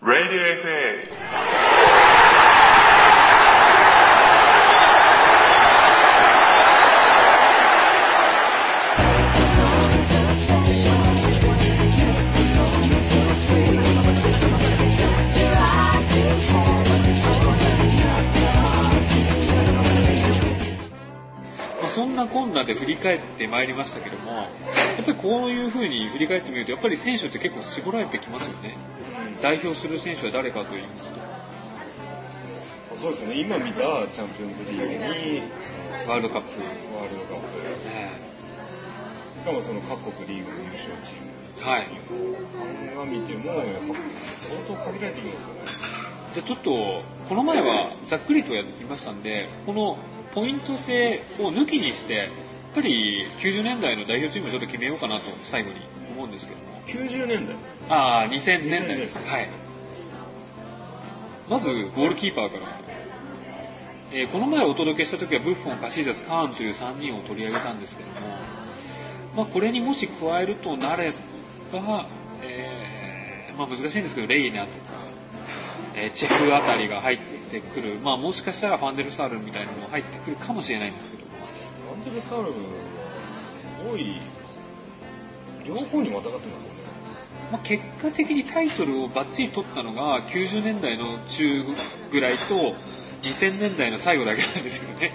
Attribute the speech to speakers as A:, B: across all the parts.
A: Radio FA
B: まあそんなこんなで振り返ってまいりましたけども、やっぱりこういう風に振り返ってみると、やっぱり選手って結構絞られてきますよね。代表する選手は誰かと言いますと、
C: そうですね、今見たチャンピオンズリーグに、その
B: ワールドカップ、
C: ワールドカップ、
B: え
C: しかもその各国リーグの優勝チーム、
B: えはい。
C: 今見ても、やっぱ相当限られてきますよね。
B: じゃあちょっと、この前はざっくりとやりましたんで、このポイント制を抜きにして、やっぱり90年代の代表チームをちょっと決めようかなと最後に思うんですけども。
C: 90年代ですか
B: ああ、2000年代です。
C: 2000年
B: はい。まず、ゴールキーパーから。えーこの前お届けした時はブッフォン、カシーザス、カーンという3人を取り上げたんですけども、まあ、これにもし加えるとなれば、えーまあ、難しいんですけど、レイナとか、えーチェフあたりが入ってくる、まあ、もしかしたらファンデルサールみたいなのも入ってくるかもしれないんですけども、
C: アンデル・サールはすごい、両方にまたがってますよね。
B: まあ、結果的にタイトルをバッチリ取ったのが90年代の中ぐらいと2000年代の最後だけなんですよね。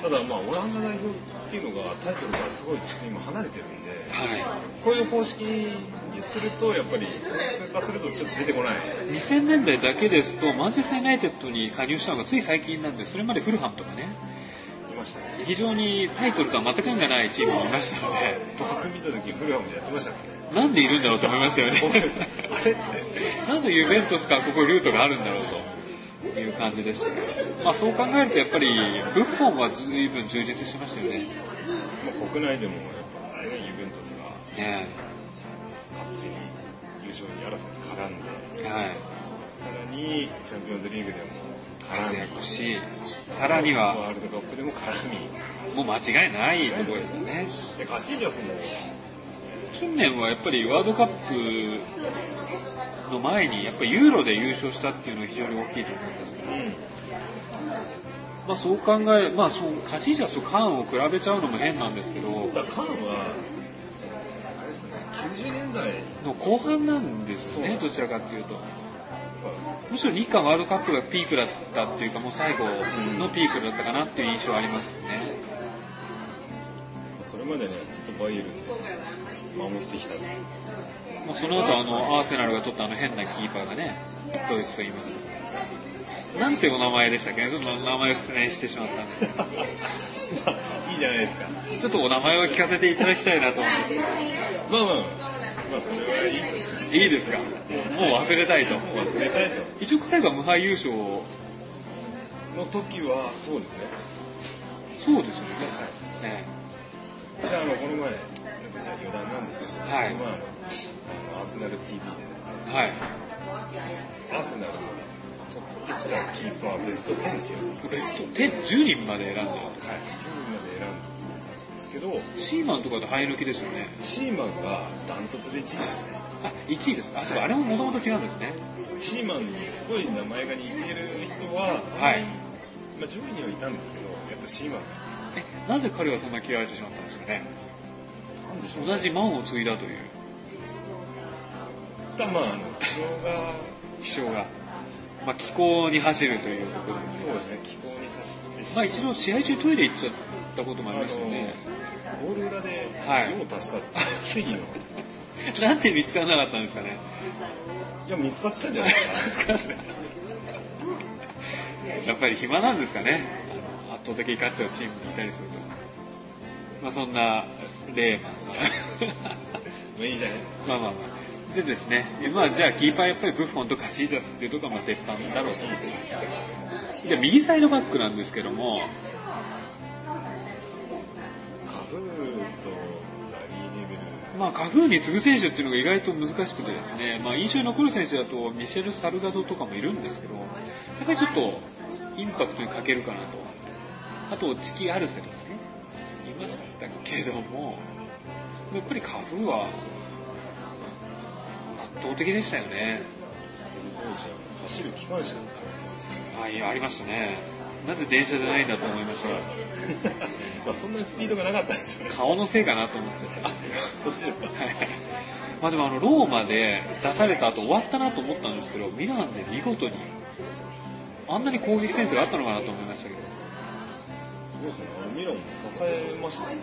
C: ただ、まあ、オランダ代表っていうのがタイトルからすごいちょっと今離れてるんで、
B: はい。
C: こういう方式にすると、やっぱり、通過するとちょっと出てこない。
B: 2000年代だけですとマンチェスター・ユナイテッドに加入したのがつい最近なんで、それまでフルハムとかね、
C: いましたね。
B: 非常にタイトルとは全く縁がないチームもいましたので、
C: 僕見た時、フルハムでやってましたからね。
B: なんでいるんだろうと思いましたよね
C: ごめんなさい。あれって。
B: なぜユベントスからここルートがあるんだろうという感じでしたまあそう考えるとやっぱりブッフォンは随分充実しましたよね。
C: まあ国内でもやっぱね、ユベントスが
B: ね
C: かっちり優勝に争いに絡んで、
B: えはい。
C: さらにチャンピオンズリーグでも
B: 活
C: 絡
B: 躍
C: み、
B: し、さらには
C: ワールドカップでも絡
B: も
C: み、
B: う間違いないところですよね。
C: でカシージャスも、
B: 近年はやっぱりワールドカップの前に、やっぱりユーロで優勝したっていうのは非常に大きいと思うんですけど、まあそう考え、まあそう、カシージャスとカーンを比べちゃうのも変なんですけど、
C: だからカンは、あれですね、90年代、
B: の後半なんですよね、どちらかっていうと。
C: ま
B: むしろ日韓ワールドカップがピークだったっていうか、もう最後のピークだったかなっていう印象はありますね。
C: あそれまでね、ずっとバイエルンで守ってきた。
B: まあその後あの、アーセナルが取ったあの変なキーパーがね、ドイツと言いますかなんてお名前でしたっけねちょっと名前を失念してしまったんです
C: まあいいじゃないですか。
B: ちょっとお名前を聞かせていただきたいなと思うんです
C: まあまあ、まあそれはいいとします。
B: けど。いいですかもう忘れたいと。
C: もう忘れたいと。
B: 一応彼が無敗優勝を、
C: の時は、そうですね。
B: そうですよね。ね
C: じゃあ、あの、この前、ちょっとじゃあ余談なんですけど、
B: はい
C: まあ、あの、アーセナル TV でですね、
B: はい。
C: アーセナルの取ってきたキーパーベスト10っていうのを
B: ベスト10、10人まで選んだよ。
C: はい、10まで選んだんですけど、
B: シーマンとかと生え抜きですよね。
C: シーマンがダントツで1位でしたね。
B: あ、1位です。あ、そう、あれももともと違うんですね。
C: シーマンにすごい名前が似てる人は、
B: はい。
C: まあ、上位にはいたんですけど、やっぱシーマン、
B: え、なぜ彼はそんな嫌われてしまったんですかね。
C: なんでしょう、
B: 同じ満を継いだという
C: たまあ、あの、気象が、
B: 気象が、まあ、気候に走るというところです。
C: そうですね、気候に走ってし
B: まあ、一度試合中トイレ行っちゃったこともありましたよね。
C: あのゴール裏で
B: はい
C: 用を足したっていう奇跡の、い、
B: なんで見つからなかったんですかね。
C: や見つかってたんじゃないかな
B: やっぱり暇なんですかね。あの圧倒的に勝っちゃうチームにいたりすると。まあ、そんな、レーマンさん。
C: まあいいじゃないですか
B: まあまあまあ。でですね、えまあじゃあキーパーやっぱりブッフォンとカシージャスっていうところがまあ出たんだろうと思ってます。じゃあ右サイドバックなんですけども、
C: カブーとラリー・ネベル
B: まあカフーに次ぐ選手っていうのが意外と難しくてですね、まあ印象に残る選手だとミシェル・サルガドとかもいるんですけど、やっぱりちょっとインパクトに欠けるかなと。あとチキ・アルセとかね、いましたけども、やっぱりカフーは圧倒的でしたよね。
C: ま走る機関車だったらってますね
B: はい、ありましたね。なぜ電車じゃないんだと思いましたが、
C: まあそんなにスピードがなかったんでしょうね。
B: 顔のせいかなと思っちゃったんですけど。
C: そっちですか。
B: はいまあでもあのローマで出された後終わったなと思ったんですけどミランで見事にあんなに攻撃センスがあったのかなと思いましたけど
C: そうですね。あのミランも支えましたよね。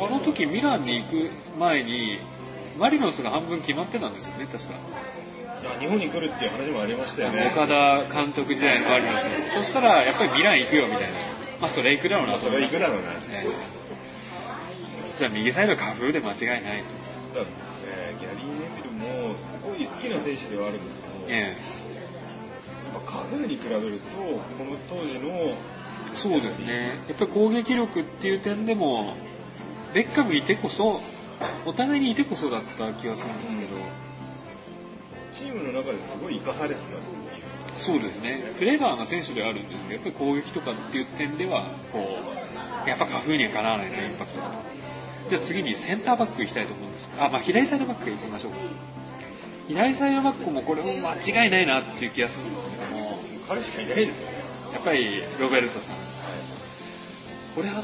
B: あの時ミランに行く前にマリノスが半分決まってたんですよね確か、
C: あ日本に来るっていう話もありましたよね。
B: 岡田監督時代のマリノスそしたらやっぱりミラン行くよみたいなまあそれ行くだろう
C: ま
B: な
C: あ
B: と
C: そ
B: 思
C: れ
B: い
C: は
B: ました
C: 行くだろうな。
B: ええじゃあ右サイドカフーで間違いないと、
C: だからねギャリー・ネビルもすごい好きな選手ではあるんですけど、
B: え
C: やっぱカフーに比べると、この当時の、
B: えそうですねやっぱり攻撃力っていう点でもベッカムいてこそお互いにいてこそだった気がするんですけど、
C: チームの中ですごい生かされてたっていう。
B: そうですね、クレバーな選手ではあるんですけど、やっぱり攻撃とかっていう点では、こう、やっぱカフーにはかなわないな、インパクトがじゃあ次にセンターバック行きたいと思うんですが、あ、まあ左サイドバック行きましょうか。左サイドバックもこれも間違いないなっていう気がするんですけども、
C: 彼しかいないですよね。
B: やっぱりロベルトさん。これあの、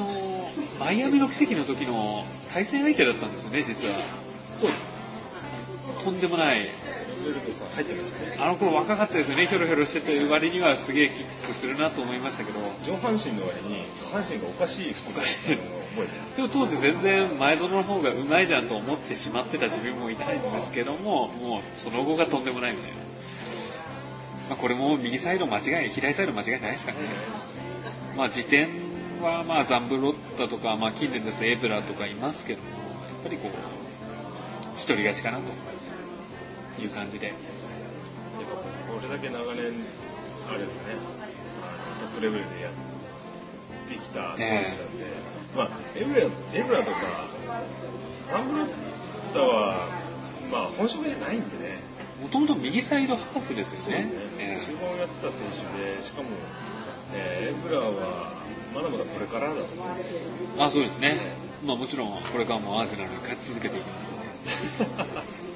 B: マイアミの奇跡の時の対戦相手だったんですよね、実は。
C: そうです。
B: とんでもない。
C: ロベルトさん入ってましたね。
B: あの頃若かったですよね、ひょろひょろしてて、割にはすげえキックするなと思いましたけど。
C: 上半身の割に、下半身がおかしい太さだったのを覚えてます。
B: でも当時全然前園の方がうまいじゃんと思ってしまってた自分もいたんですけども、もうその後がとんでもないみたいな。まあ、これも右サイド間違い、左サイド間違いないですかね。まあ時点はまあザンブロッタとか、まあ近年ですとエブラとかいますけども、やっぱりこう、一人勝ちかなという感じで。
C: やっぱこれだけ長年、あれですね、あのトップレベルでやってきた選手なんで、まあ、エブラエブラとか、サンブロッタは、まあ、本職じゃないんでね、
B: もともと右サイドハーフですよね。え
C: 中盤をやってた選手で、しかも、えーエブラはまだまだこれからだと思うんですよ。
B: えあ、そうですね。まあもちろんこれからもアーセナルに勝ち続けていきますので。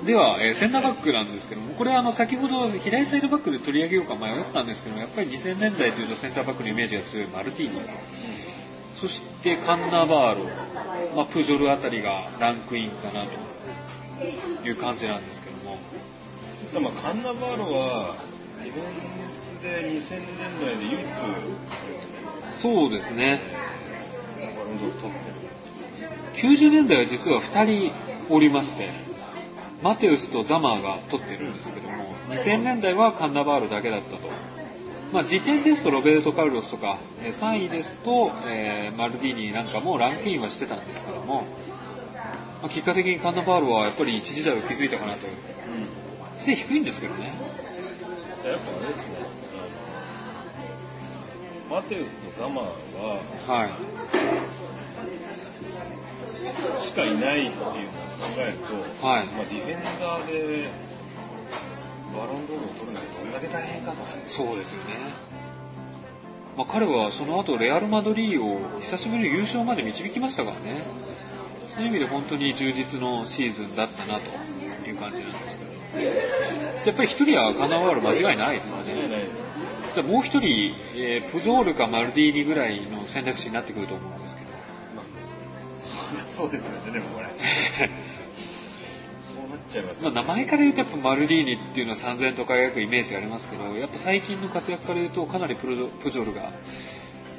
B: では、えーセンターバックなんですけども、これはあの先ほど左サイドバックで取り上げようか迷ったんですけども、やっぱり2000年代というとセンターバックのイメージが強いマルティーニ、そしてカンナバーロ、まあ、プジョルあたりがランクインかなという感じなんですけども、
C: でもカンナバーロは、ディフェンスで2000年代で唯一ですよね、
B: そうですね、
C: バロンドール取ってる。
B: 90年代は実は2人おりまして、マテウスとザマーが取ってるんですけども、2000年代はカンナバールだけだったと。まあ、時点ですとロベルト・カルロスとか、えー3位ですと、えーマルディーニなんかもランクインはしてたんですけども、まあ、結果的にカンナバールはやっぱり一時代を築いたかなという。背低いんですけどね。
C: じゃあやっぱあれですね、あのマテウスとザマーは、
B: はい。
C: しかいないっていうのを考えると、
B: はい
C: まあ、ディフェンダーでバロンドールを取るのってどんだけ大変かと。
B: そうですよね。まあ、彼はその後レアル・マドリーを久しぶりに優勝まで導きましたからね。そういう意味で本当に充実のシーズンだったなという感じなんですけど。やっぱり一人はカナワール間違いないですよ
C: 間違い
B: ね。
C: ないですよ。
B: じゃあもう一人、えープジョールかマルディーニぐらいの選択肢になってくると思うんですけど。
C: まあ、そりゃそうですよね、でもこれ。そうなっちゃいます
B: まあ
C: よ、
B: 名前から言うとやっぱマルディーニっていうのは三千と輝くイメージがありますけど、やっぱ最近の活躍から言うとかなりプロプジョールが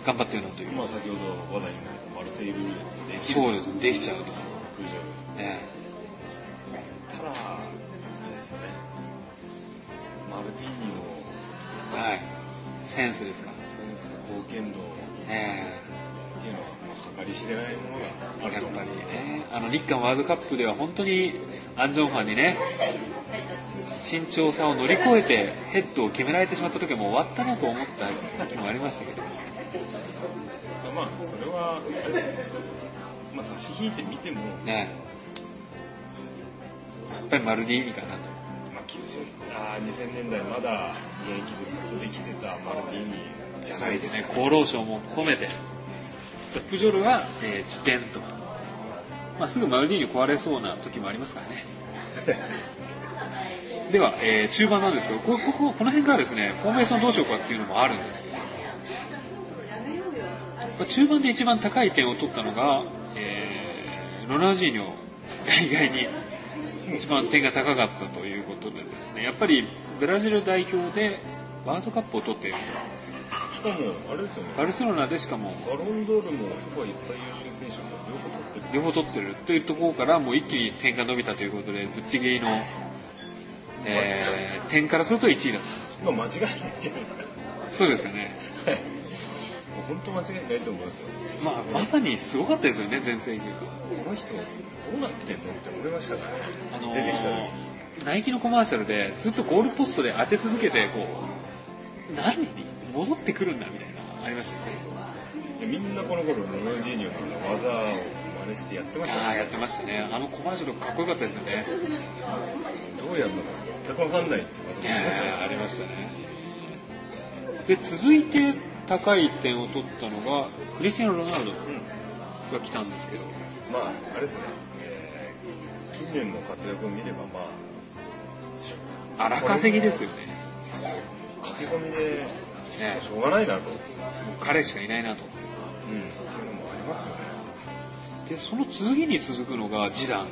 B: 頑張ってるなという。
C: まあ、先ほど話題になったマルセイユルーレットできる。
B: そうです、できちゃうと。
C: プジョル
B: え
C: ただ、あれですよね、マルティーニの
B: えはい。センスですか。
C: センス、貢献度、
B: え
C: っていうのは計り知れないもの
B: え
C: があ
B: や
C: る
B: っ
C: と思う
B: ぱりね、あの日韓ワールドカップでは本当にアンジョンファンにね、身長差を乗り越えてヘッドを決められてしまった時はもう終わったなと思った時もありましたけど、
C: まあそれはあれですねまあ差し引いてみても、ま
B: ねえ、やっぱりマルディーニかなと。
C: あ、90あー2000年代まだ現役でずっとできてたマルティーニじゃないですね
B: ね。厚労省も込めて。プジョルは、えー、辞典と。ま あ、すぐマルディーニ壊れそうな時もありますからね。では、えー中盤なんですけどここここの辺からですねフォーメーションどうしようかっていうのもあるんですけど、まあ中盤で一番高い点を取ったのが、えーロナウジーニョが意外に一番点が高かったということでですねやっぱりブラジル代表でワールドカップを取っている
C: しかも、あれですよね。
B: バルセロナでしかも
C: バロンドールも、コバ最優秀選手も両方取ってる。
B: 両方取ってるというところからもう一気に点が伸びたということでぶっちぎりの、えー点からすると1位だった
C: まあ、間違いないじゃないですか。
B: そうですよね、
C: はい。もう本当間違いないと思いますよ。
B: まあ、まさにすごかったですよね全盛期が、
C: この人、どうなってんのって思いましたからね。
B: あのー
C: 出てきたら。
B: ナイキのコマーシャルでずっとゴールポストで当て続けてこう何に戻ってくるんだみたいなのありましたよね
C: で、みんなこの頃、ロナウジーニョのあの技を真似してやってました
B: ああや
C: ね
B: って。ましたねあのコマーシャルかっこよかったですよね
C: どうやるのか全くわかんないっていう技もありましたね。
B: ありましたねで続いて高い点を取ったのがクリスティアーノ・ロナウ
C: うん
B: ドが来たんですけど
C: まあ、あれですね、えー近年の活躍を見れば、まあ、しょ
B: 荒稼ぎですよね
C: 駆け込みで、
B: ね
C: しょうがないなと、うん、って
B: もう彼しかいないなと
C: いうのもありますよね。
B: でその次に続くのがジダン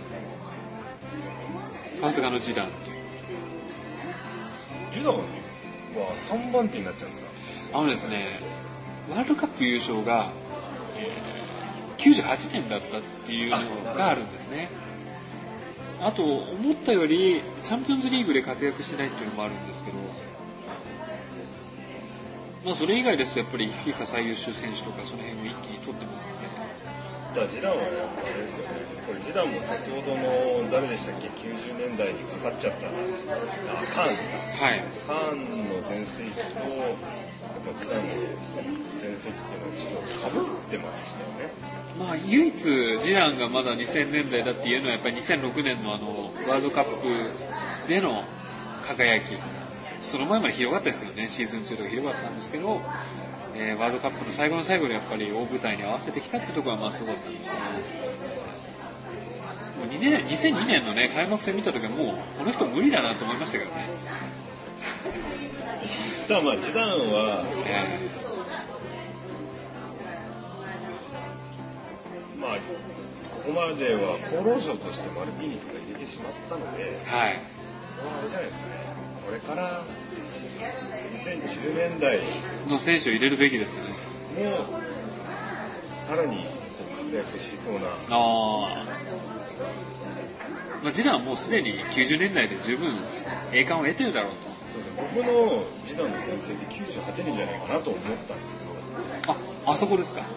B: さすがのジダン
C: ジュダンは3番手になっちゃうんですか
B: あのですね、ワールドカップ優勝が、えー98年だったっていうのがあるんですね。あと、思ったより、チャンピオンズリーグで活躍してないっていうのもあるんですけど、まあ、それ以外ですと、やっぱり FIFA 最優秀選手とか、その辺を一気に取ってますんで、
C: だからジダンはやっぱあれですよね。これジダンも先ほどの、誰でしたっけ ?90 年代にかかっちゃった。あ、カーンですか
B: はい。
C: カーンの全盛期と、やっぱジダンの全盛期っていうのはちょっと被ってましたよね。
B: まあ、唯一、ジランがまだ2000年代だっていうのは、やっぱり2006年のあの、ワールドカップでの輝き。その前まで広がったですよね、シーズン中とか広がったんですけど、えーワールドカップの最後の最後でやっぱり大舞台に合わせてきたってところはまあすごかったんですけど、もう2年、2002年のね、開幕戦見た時はもう、この人無理だなと思いましたけどね。
C: ただまあ、ジダンは、
B: え
C: まあ、ここまでは厚労省としてマルティーニとか入れてしまったので、
B: ーはい。
C: あれじゃないですかね、これから2010年代
B: の選手を入れるべきですよね。
C: もさらにこう活躍しそうな、
B: ああ。まあ、ジダンはもうすでに90年代で十分栄冠を得てるだろう
C: そうですね僕のジダンの全盛って98年じゃないかなと思ったんですけど、
B: と。あ、あそこですか。
C: はい、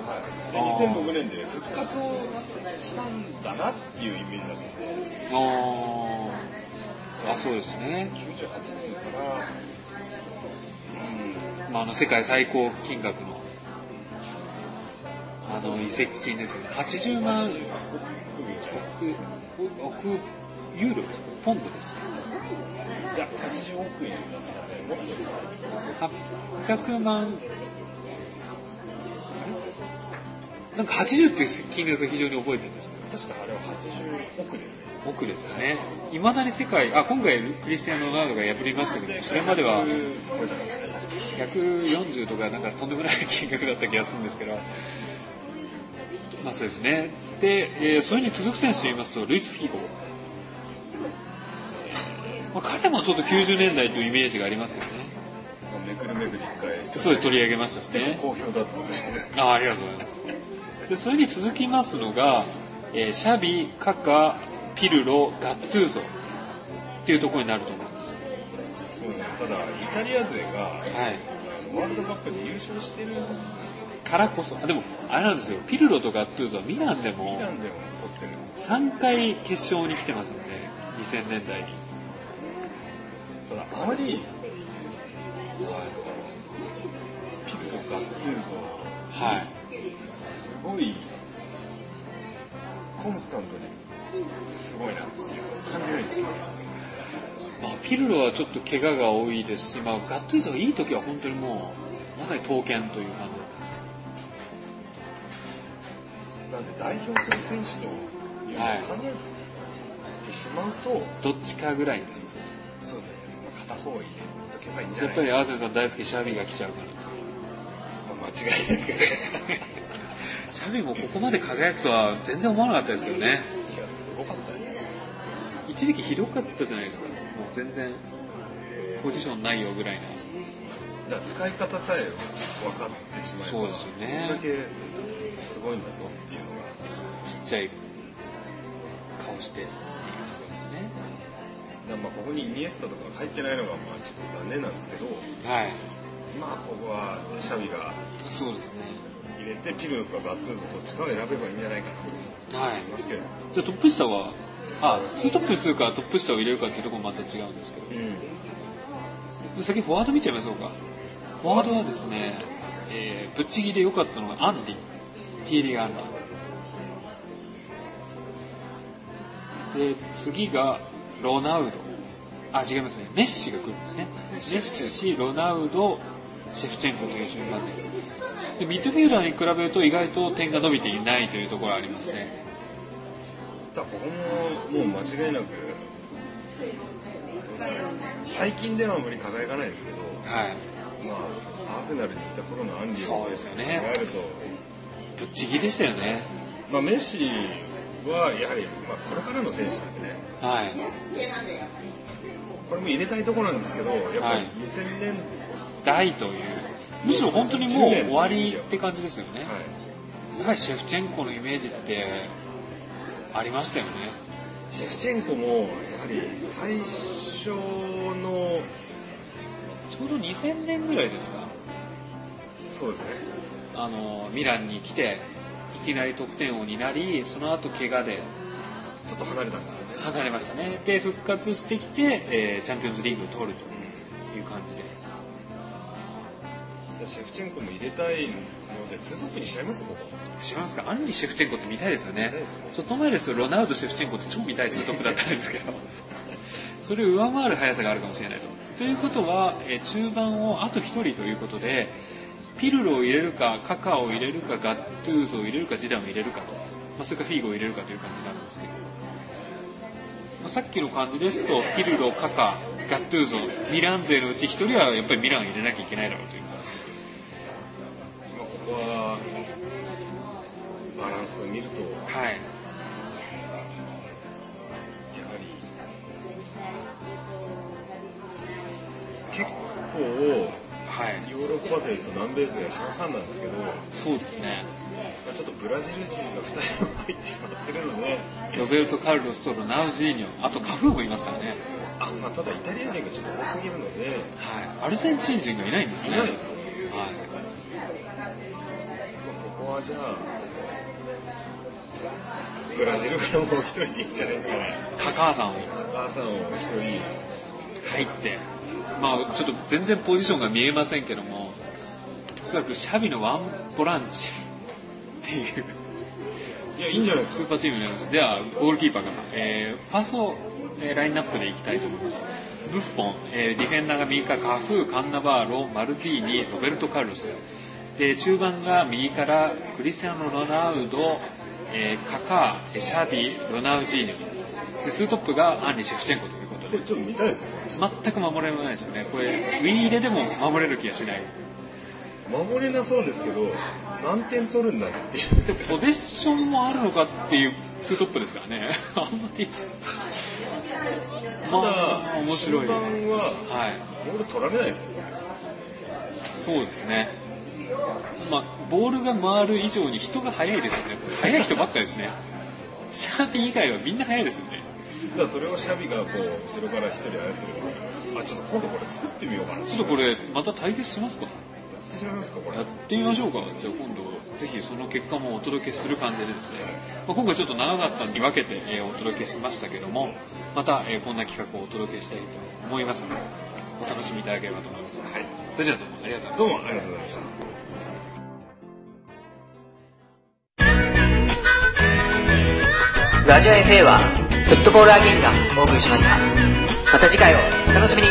B: あ
C: で
B: ー
C: 2006年で復活をしたんだなっていうイメージだったので、
B: ああ。あ、そうですね。
C: 98年から、
B: まあ、あの、世界最高金額の、あの、移籍金ですよね。80
C: うん、
B: 万
C: 80億じゃない
B: 億、億、ユーロですかポンドですか
C: いや、80億円だったらね、もっとですね、
B: 800万、あれなんか80っていう金額が非常に覚えてるんですけど
C: 確かあれは80億ですね。
B: 奥ですよね。いまだに世界、あ、今回クリスティアーノ・ロナウドが破りましたけど、それまでは
C: 超えたんですよね、確か
B: 140とかなんかとんでもない金額だった気がするんですけど、まあそうですね。で、えーそれに続く選手と言いますと、ルイス・フィーゴ。まあ、彼もちょっと90年代というイメージがありますよね。
C: めくるめくり一回、
B: そうで取り上げましたし
C: でも
B: ね。
C: 好評 だったんで。
B: あありがとうございます。で、それに続きますのが、えーシャビ、カカ、ピルロ、ガットゥーゾっていうところになると思うんですよ。
C: そうねただ、イタリア勢が、
B: はい。
C: あのワールドカップで優勝してる
B: からこそ、あでも、あれなんですよ、ピルロとガットゥーゾはミランで
C: イ
B: も
C: ランでも取ってる。
B: 3回決勝に来てますんで、2000年代に。
C: ただ、あまり、ピッコガッツーゾ
B: はい。
C: すごい、コンスタントに、すごいなっていう感じがいいですね。
B: まあ、ピルロはちょっと怪我が多いですし、まあ、ガットゥーゾはいい時は本当にもう、まさに刀剣という感じだったんですよ。
C: なんで代表する選手というのを考えてしまうと、
B: どっちかぐらいです。
C: そうですね、まあ、片方入れとけばいいんじゃ
B: やっ
C: ない
B: ぱり
C: ま
B: アーセンさん大好きシャビが来ちゃうから
C: あ間違いなく
B: シャビもここまで輝くとは全然思わなかったですけどね
C: いやすごかったです よ
B: 一時期ひどかったじゃないですかもう全然ポジションないよぐらいな
C: だから使い方さえ分かってしまえば
B: そうですよね
C: これだけすごいんだぞっていうのが
B: ちっちゃい顔してっていうところですよね
C: だからまあここにイニエスタとかが入ってないのがまあちょっと残念なんですけど
B: はい
C: まあここはシャビが
B: そうですね
C: 入れてピルロかガットゥーズどっちかを選べばいいんじゃないかなと
B: は
C: 思いま
B: い
C: すけど
B: じゃあトップ下はあツートップにするかトップ下を入れるかっていうところもまた違うんですけど
C: うん
B: 先フォワード見ちゃいましょうかフォワードはですね、えーぶっちぎりで良かったのがアンディティーリー・アンディで次がロナウドあ違いますねメッシが来るんですねメッシロナウドシェフチェンコという順番ででミッドフィールダーに比べると意外と点が伸びていないというところがありますね
C: だからここももう間違いなく最近ではあまり輝かないですけど
B: はい
C: まあアーセナルにいた頃のアンリーを
B: そう
C: 考
B: ですよね
C: えると、
B: ぶっちぎりでしたよね
C: まあ、メッシはやはり、まあ、これからの選手なんでね
B: はい
C: これも入れたいところなんですけどやっぱ
B: はい
C: り2000年、
B: 大というむしろ本当にもう終わりって感じですよね、
C: はい
B: やはりシェフチェンコのイメージってありましたよね
C: シェフチェンコもやはり最初の
B: ちょうど2000年ぐらいですか
C: そうですね
B: あのミランに来ていきなり得点王になりその後怪我で
C: ちょっと離れたんですよね
B: 離れましたねで復活してきて、えーチャンピオンズリーグを取るという感じで
C: じゃあシェフチェンコも入れたいのでツートップにしちゃいますここ
B: 知らんすかアンリ・シェフチェンコって見たいですよね
C: 見たいですね
B: ちょっと前ですよロナウド・シェフチェンコって超見たいツートップだったんですけど それを上回る速さがあるかもしれないとということは、えー中盤をあと1人ということでピルロを入れるかカカを入れるかガットゥーズを入れるかジダンを入れるかと、まあ、それかフィーゴを入れるかという感じになるんですけど、まあ、さっきの感じですとピルロカカガットゥーズミラン勢のうち1人はやっぱりミランを入れなきゃいけないだろうというか
C: まあ、ここはバランスを見るとやは
B: はい
C: り結構ヨ
B: はい
C: ーロッパ勢と南米勢半々なんですけど、ま
B: そうですね
C: あ、ちょっとブラジル人が2人も入ってしまってるので
B: ロベルト・カルロスとロナウジーニョ、あとカフーもいますからね、
C: あ、まあ、ただイタリア人がちょっと多すぎるので
B: はい、アルゼンチン人がいないんです
C: い
B: ね、
C: な
B: はい
C: ですよね、まあ、ここはじゃあブラジルからもう1人でいいんじゃないですかね
B: い、カカーさんを
C: 母さんを1人
B: 入って、まあ、ちょっと全然ポジションが見えませんけども、おそらくシャビのワンボランチ っていう、
C: いやいいんじゃないです
B: ス
C: か
B: ーパーチームになります、では、ゴールキーパーが、えー、パスを、えーラインナップでいきたいと思います。ブッフォン、えーディフェンダーが右からカフー、カンナバーロ、マルティーニ、ロベルト・カルロス。で、中盤が右からクリスティアーノ・ロナウド、えーカカー、えーシャビ、ロナウジーニョ。で、ツートップがアンリ・シェフチェンコということ
C: こ
B: で
C: れ。ちょっと見たいですよね
B: 全く守れないですよね。これ、ウィー入れでも守れる気がしない。
C: 守れなそうですけど何点取るんだってい
B: で
C: う
B: ポゼッションもあるのかっていうツートップですからね。 あんまり。
C: た
B: ま
C: だ
B: あ、面白い。
C: 終盤
B: は。
C: はいボール取られないですよね
B: そうですね。まあ、ボールが回る以上に人が速いですよね。速い人ばっかですね。シャーピー以外はみんな速いですよね。
C: だからそれをシャビがこう後ろから一人操るからあちょっと今度これ作ってみようかな
B: ちょっとこれ、また対決しますか
C: やってしまいますかこれ
B: やってみましょうか。じゃあ今度、ぜひその結果もお届けする感じでですね、まあ、今回ちょっと長かったに分けて、えーお届けしましたけども、また、えーこんな企画をお届けしたいと思いますので、お楽しみいただければと思います。
C: はい
B: それではどうもありがとうございました。
C: どうもありがとうございました
A: ラジオ FA は、フットボールアゲインがお送りしました。また次回をお楽しみに